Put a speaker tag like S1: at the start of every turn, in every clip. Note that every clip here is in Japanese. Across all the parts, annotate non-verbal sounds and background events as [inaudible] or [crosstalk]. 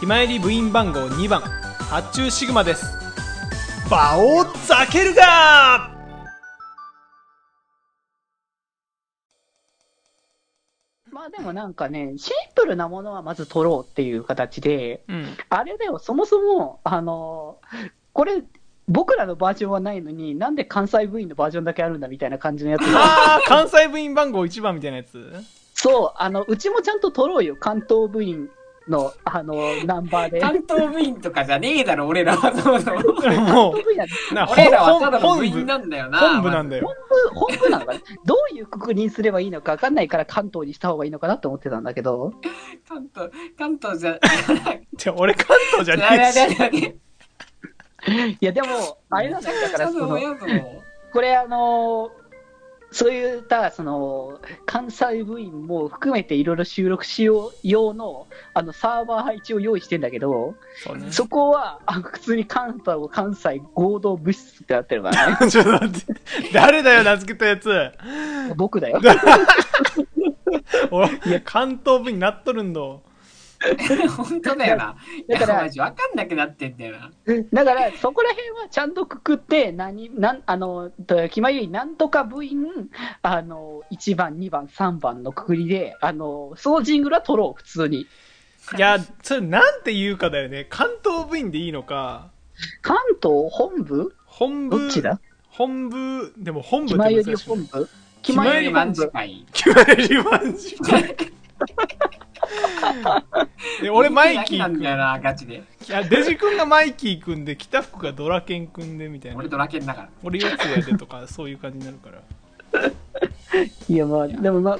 S1: ひまえり部員番号2番発注シグマですバオザケルガー
S2: まあでもなんかね、シンプルなものはまず取ろうっていう形で、
S1: うん
S2: あれだよ、そもそも、あのこれ、僕らのバージョンはないのに、なんで関西部員のバージョンだけあるんだみたいな感じのやつ
S1: [laughs]
S2: が、
S1: あー関西部員番号1番みたいなや [laughs] つ
S2: そう、あのうちもちゃんと取ろうよ、関東部員のあのナン
S3: [laughs]
S2: バーで。関
S3: 関東部員とかじゃねえだろ、俺らはそもそも。
S1: も
S2: 東部員は
S1: うな
S3: 俺らはただの部
S1: 本
S3: 員
S1: 部
S3: なんだよな。
S1: 本部なんだよ
S2: 本部本部なのかね、どういう確認すればいいのか分かんないから、関東にした方がいいのかなと思ってたんだけど、
S3: 関東、関東じゃ、
S1: じゃ俺関東じゃね
S3: いや
S1: え
S3: いや
S1: し
S3: いやいや
S2: いや、でも、あれなんだよだから
S3: 多
S2: そ
S3: 分
S2: の
S3: 親も。
S2: これあのーそういったその関西部員も含めていろいろ収録しよう用のあのサーバー配置を用意してんだけど、
S1: そうね
S2: そこはあ普通に関東を関西合同物質ってなってるか
S1: [laughs]
S2: らね
S1: ちょっと待って誰だよ名付けたやつ
S2: 僕だよ
S1: お関東部になっとるんだ
S3: 本当だよな。
S2: だか
S3: だからら、マジわかんなくなってんだよな。
S2: だからそこら辺はちゃんとくくって何なんあのと気まゆいなんとか部員あの1番2番3番のくくりであのそのジングルは取ろう普通に
S1: いやそれなんて言うかだよね関東部員でいいのか
S2: 関東本部
S1: 本部
S2: どっちだ
S1: 本部でも本部
S2: 気
S1: って
S2: ま
S1: 難
S2: ゆ
S1: しい
S2: り本部
S1: 気
S2: 気
S1: ま
S2: ま
S1: よ
S2: よ
S1: り
S2: り
S3: まん
S2: 本
S3: じ
S2: 部
S1: [laughs]
S3: かい。
S1: 決まりまん [laughs] じゅうで俺マイキー
S3: なん
S1: 君
S3: だよな、ガチで。
S1: いやデジ君がマイキー君で北福がドラケン君でみたいな
S3: 俺ドラケンだから。
S1: 俺四つやでとかそういう感じになるから
S2: いやまあでもまあ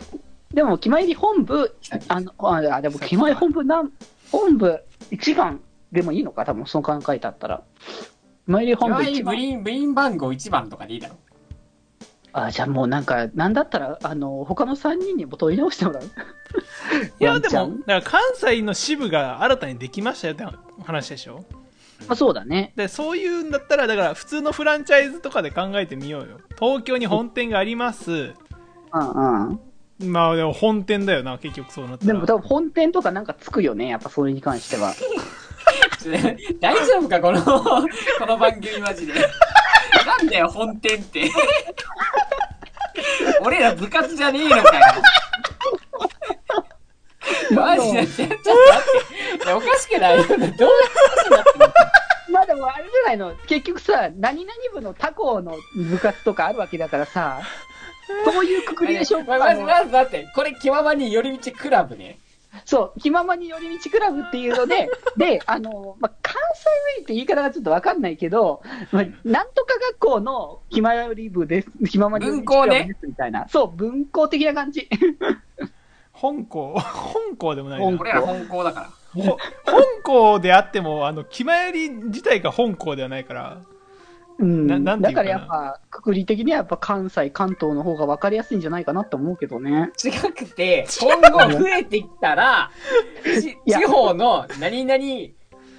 S2: でも気前り本部あのああでも気前本部なん本部一番でもいいのか多分その考えだったら気前り
S3: い
S2: 本
S3: わ
S2: 部
S3: ゆ
S2: 一
S3: る部
S2: 番
S3: 員、部員番号1番とかでいいだろ。
S2: あじゃあもうなんかなんだったらあの他の3人にも問い直してもらう
S1: いやで
S2: ワンチャ
S1: も
S2: ン
S1: だから関西の支部が新たにできましたよって話でしょ
S2: あそうだね
S1: でそういうんだったらだから普通のフランチャイズとかで考えてみようよ東京に本店があります
S2: うんうん
S1: まあでも本店だよな結局そうなった
S2: で
S1: ら
S2: も多分本店とかなんかつくよねやっぱそれに関しては
S3: [laughs] 大丈夫か、この、この番組マジで。 [laughs] なんだよ、本店って。 [laughs] 俺ら部活じゃねえの [laughs] かよ。マジで、ちょっと待っていや。おかしくないどういう話になってんの
S2: まあでもあれじゃないの結局さ何々部の他校の部活とかあるわけだからさそういうくくりでしょ
S3: [laughs] ままず、まず待って。これ、気ままに寄り道クラブね。
S2: そう、気ままに寄り道クラブっていうの
S3: [laughs]
S2: で、で、あの、まあ、関西ウェイって言い方がちょっとわかんないけど、まあ、なんとか学校の気まより部です、気ままに寄り道クラブですみたいな、そう、文校的な感じ。
S1: 本校 [laughs] 本校でもないな
S2: 本
S3: 俺ら本校だから。
S1: ほ本校であってもあの気まより自体が本校ではないから
S2: うん、
S1: ななんてい
S2: だ
S1: うか
S2: か
S1: な
S2: らやっぱ、くくり的にはやっぱ関西、関東の方がわかりやすいんじゃないかなと思うけどね。
S3: 違くて、今後増えてきた [laughs] ら、ち
S2: いや
S3: 地方の何々、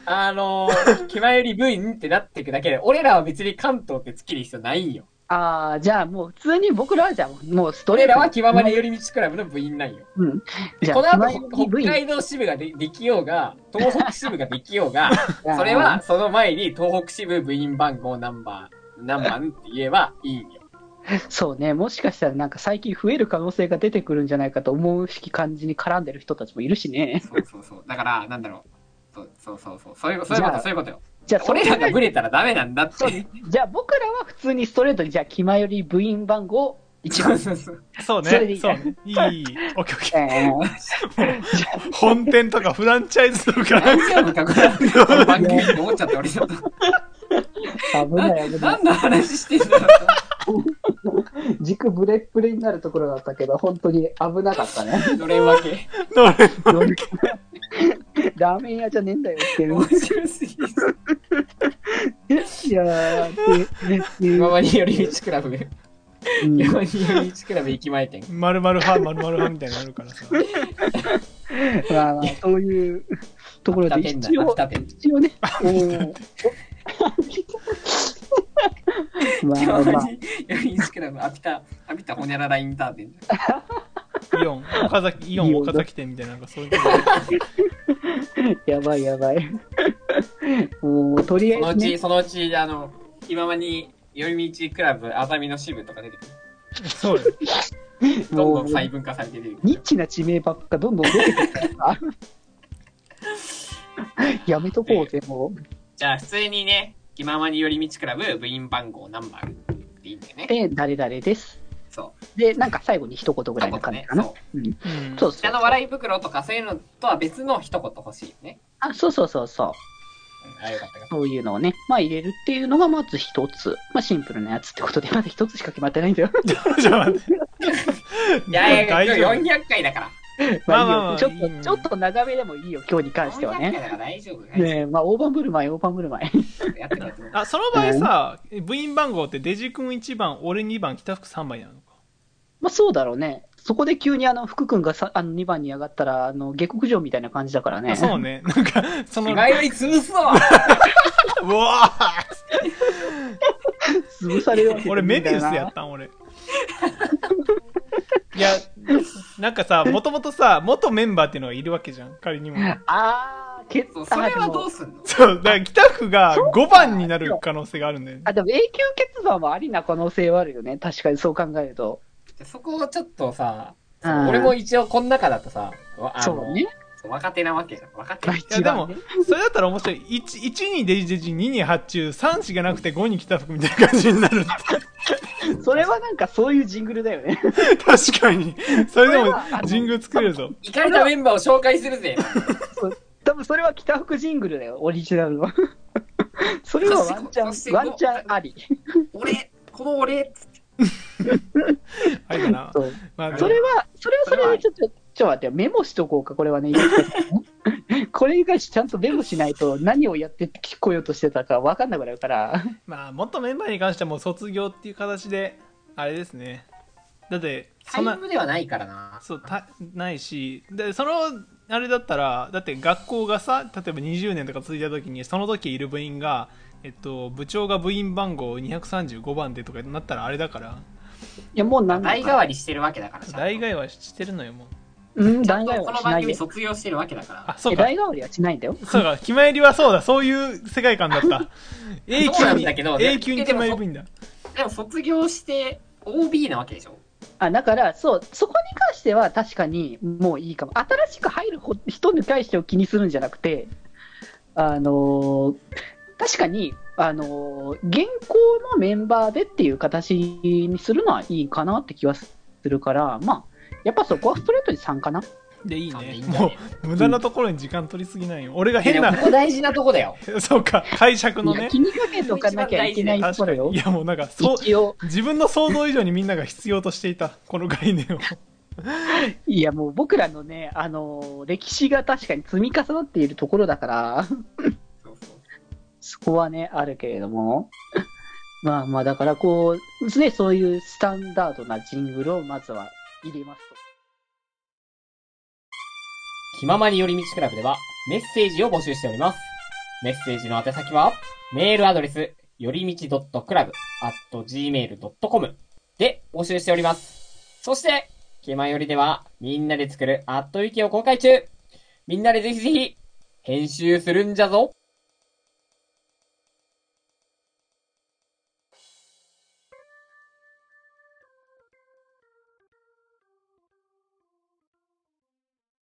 S3: あのー、気前より部員ってなっていくだけで、俺らは別に関東ってつきる必要ないんよ。
S2: ああ、じゃあもう普通に僕らはじゃあもうストレー
S3: 俺
S2: ト
S3: ら
S2: に
S3: は気ままに寄り道クラブの部員なんよ。
S2: うん。
S3: で
S2: じゃ
S3: この
S2: あ、気まよ
S3: 後、
S2: り部
S3: 北
S2: 員
S3: 海道支部がでできようが、東北支部ができよう [laughs] が、
S2: いや
S3: それはその前に東北支部部員番号ナンバー、何番って言えばいいんよ。
S2: そうね、もしかしたらなんか最近増える可能性が出てくるんじゃないかと思う式感じに絡んでる人たちもいるしね。
S3: [laughs] そうそうそう。だから、なんだろう。そうそうそうそう。そういうそういう
S2: じゃ
S3: こと、
S2: あ
S3: そういうことよ。
S2: じゃあ、それ
S3: 俺らがブレたらダメなんだっ
S2: そう
S3: て
S2: ね。じゃあ僕らは普通にストレートに、じゃあ、気まより部員番号1
S3: [laughs] そう
S2: 番。
S3: そうそう。
S1: そうね
S2: それでいい
S1: そうねいいいいオッケーオッケ
S2: えー
S1: ー本店とかフランチャイズとか
S3: 大丈夫かこれこの番組って思っちゃって俺ちょっと
S2: 危ない危ない。
S3: 何の話してんだろうと思
S2: 軸ブレブレになるところだったけど、本当に危なかったね。
S3: [laughs] ってのれん分け
S1: どれ
S2: ラーメン屋じゃねえんだよっていう
S3: 面。白すぎる
S2: いやー、ってっていう
S3: 今まに寄り道クラブ
S2: うん
S3: 今まに寄り道クラブ駅前店
S1: まるまる派まるまる派みたいになるからさ
S2: まあまあ、そういうところ
S3: 秋田
S2: で
S3: 店だ
S2: 一応
S3: 秋、田店
S2: 一応ね。ま
S3: 今
S2: あま
S3: ま
S2: あ、 [laughs]
S3: に寄り道クラブ秋田秋田ほにゃららインター店
S1: イオン、岡崎、イオン岡崎店みたいな、なんかそういうこと
S2: やばいやばい。もう、とり
S3: その
S2: あえ
S3: う
S2: ず、
S3: ち、
S2: ね、
S3: そのうち、あの、気ままに、寄り道クラブ、熱海の支部とか出てくる。
S1: そうよ。
S3: どん
S2: も
S3: ど
S2: うん
S3: 細分化されて出てく
S2: ニッ
S3: る。
S2: チな地名ばっかどんどん出てくるからさ [laughs] やめとこうぜ、もう。
S3: じゃあ、普通にね、気ままに寄り道クラブ、部員番号ナンバーでいいんだよね。
S2: で、誰々です。
S3: そう。
S2: で、なんか最後に一言ぐらい
S3: 一
S2: の
S3: 言
S2: 感じ
S3: ね。
S2: かな。
S3: そう。
S1: うん。
S2: そう
S1: う。
S3: こち
S2: そ
S3: ら
S2: う
S3: の笑い袋とかそういうのとは別の一言欲しいよね。
S2: あそうそうそうそう。
S3: うん、あ、よかったよかっ
S2: そういうのをね、まあ入れるっていうのがまず一つ。まあシンプルなやつってことで、まだ一つしか決まってないんだよ。
S1: じゃあ待って。
S3: た。 [laughs] いやいやいや、今
S1: 大
S3: 日
S1: 丈
S3: 400回だから。
S2: まあいいよ、
S1: まあまあまあ
S2: ちょっと、
S1: うん
S2: ちょっと長めでもいいよ、今日に関しては
S3: 400回だ
S2: ね。
S3: から大丈夫。大
S2: ねえ、まあ大盤振る舞い、大盤振る舞い。 [laughs]
S3: 丈夫やってくれやってくれ
S1: 夫。あ、その場合さ、部員番号ってデジ君1番、俺2番、北福3番になるのか。
S2: まあそうだろうね。そこで急にあの、福君がさあの2番に上がったら、あの、下克上みたいな感じだからね。
S1: あそうね。なんか、その、
S3: 気
S1: う
S3: 前より潰すぞ
S2: [laughs]
S1: わー
S2: [laughs] 潰されるわけ
S1: 俺メビウスやったん俺いやなんかさもともとさ元メンバーっていうのがいるわけじゃん仮にも
S2: あー、決
S3: そうそれはどうすんの
S1: そうだから北区が5番になる可能性があるんだよね
S2: あ、でも永久欠番はありな可能性はあるよね。確かにそう考えると。
S3: じゃあそこをちょっとさ、
S2: うん
S3: 俺も一応この中だとさ、わあ
S2: そ
S3: の
S2: うね。
S3: そう若手なわけじゃん。若手
S2: まあ。一番ね。
S1: それだったら面白い 1, 1にデジデジ2に発注3しかなくて5に北福みたいな感じになる [laughs]
S2: [laughs] それはなんかそういうジングルだよね。 [laughs]
S1: 確かにそれで
S2: これ
S1: も
S2: はあの
S1: 神宮作れるぞ
S3: 怒りのメンバーを紹介す
S2: [laughs]
S3: るぜ。
S2: 多分それは北福ジングルだよ、オリジナルの。 [laughs] それはワンチ
S3: そし
S2: ャ
S3: て
S2: ン、ワンチャンあり。
S3: 俺、この俺、つって
S1: あれかな、
S2: そう
S1: まあ、
S2: それは、それはそれでちょっと、ちょっと待ってよ、メモしとこうか、これは [laughs] ね。これに関してちゃんとメモしないと何をやって聞こえようとしてたか分かんなくなるから。
S1: まあ元メンバーに関してはもう卒業っていう形であれですねだって
S3: タ
S1: そ
S3: イ
S1: んな
S3: ムではないからな。
S1: そうたないしでそのあれだったらだって学校がさ例えば20年とか続いた時にその時いる部員が、えっと、部長が部員番号235番でとかなったらあれだから
S2: いや、もうなんだ
S3: 代替わりしてるわけだからさ。
S1: 代替はしてるのよもう
S2: うん、代替わり
S3: この
S2: しな
S3: 番
S2: い
S3: 組
S2: よ。
S3: 卒業してるわけだから。
S1: あそう
S2: え
S1: か
S2: 代替わりはしないんだよ。
S1: そうか決まりはそうだそういう世界観だった永
S3: そう
S1: 久
S3: なん
S1: に
S3: だけど
S1: 永久に決まり部員だ
S3: でも卒業して OB なわけでしょ。
S2: あだからそう、そこに関しては確かにもういいかも、新しく入るほ人に対してを気にするんじゃなくて、あのー確かに、あのー現行のメンバーでっていう形にするのはいいかなって気はするから、まあ、やっぱそこはストレートに3かな。
S1: でいい
S3: 多分いい
S1: ね
S3: んだ
S1: も
S3: ね
S1: う無駄なところに時間取りすぎないよ俺が
S3: い
S1: 変
S3: やでも
S1: な
S3: ここ大事なとこだよ。
S1: [laughs] そうか解釈の
S2: いや
S1: ね
S2: 気にかけとかなきゃいけないと
S1: 確
S2: こ
S1: か
S2: ろ
S1: に
S2: よ
S1: い。やもうなんか
S2: [laughs]
S1: そう
S2: 一応、
S1: 自分の想像以上にみんなが必要としていたこの概念を
S2: いやもう僕らのね、あのー歴史が確かに積み重なっているところだから。
S3: そうそう
S2: そこはね、あるけれども。 [laughs] まあまあ、だからこう、常にそういうスタンダードなジングルをまずは入れますと。
S3: 気ままに寄り道クラブではメッセージを募集しております。メッセージの宛先は、メールアドレス、よりみち .club.gmail.com で募集しております。そして、気まよりでは、みんなで作るアットウィキを公開中みんなでぜひぜひ、編集するんじゃぞ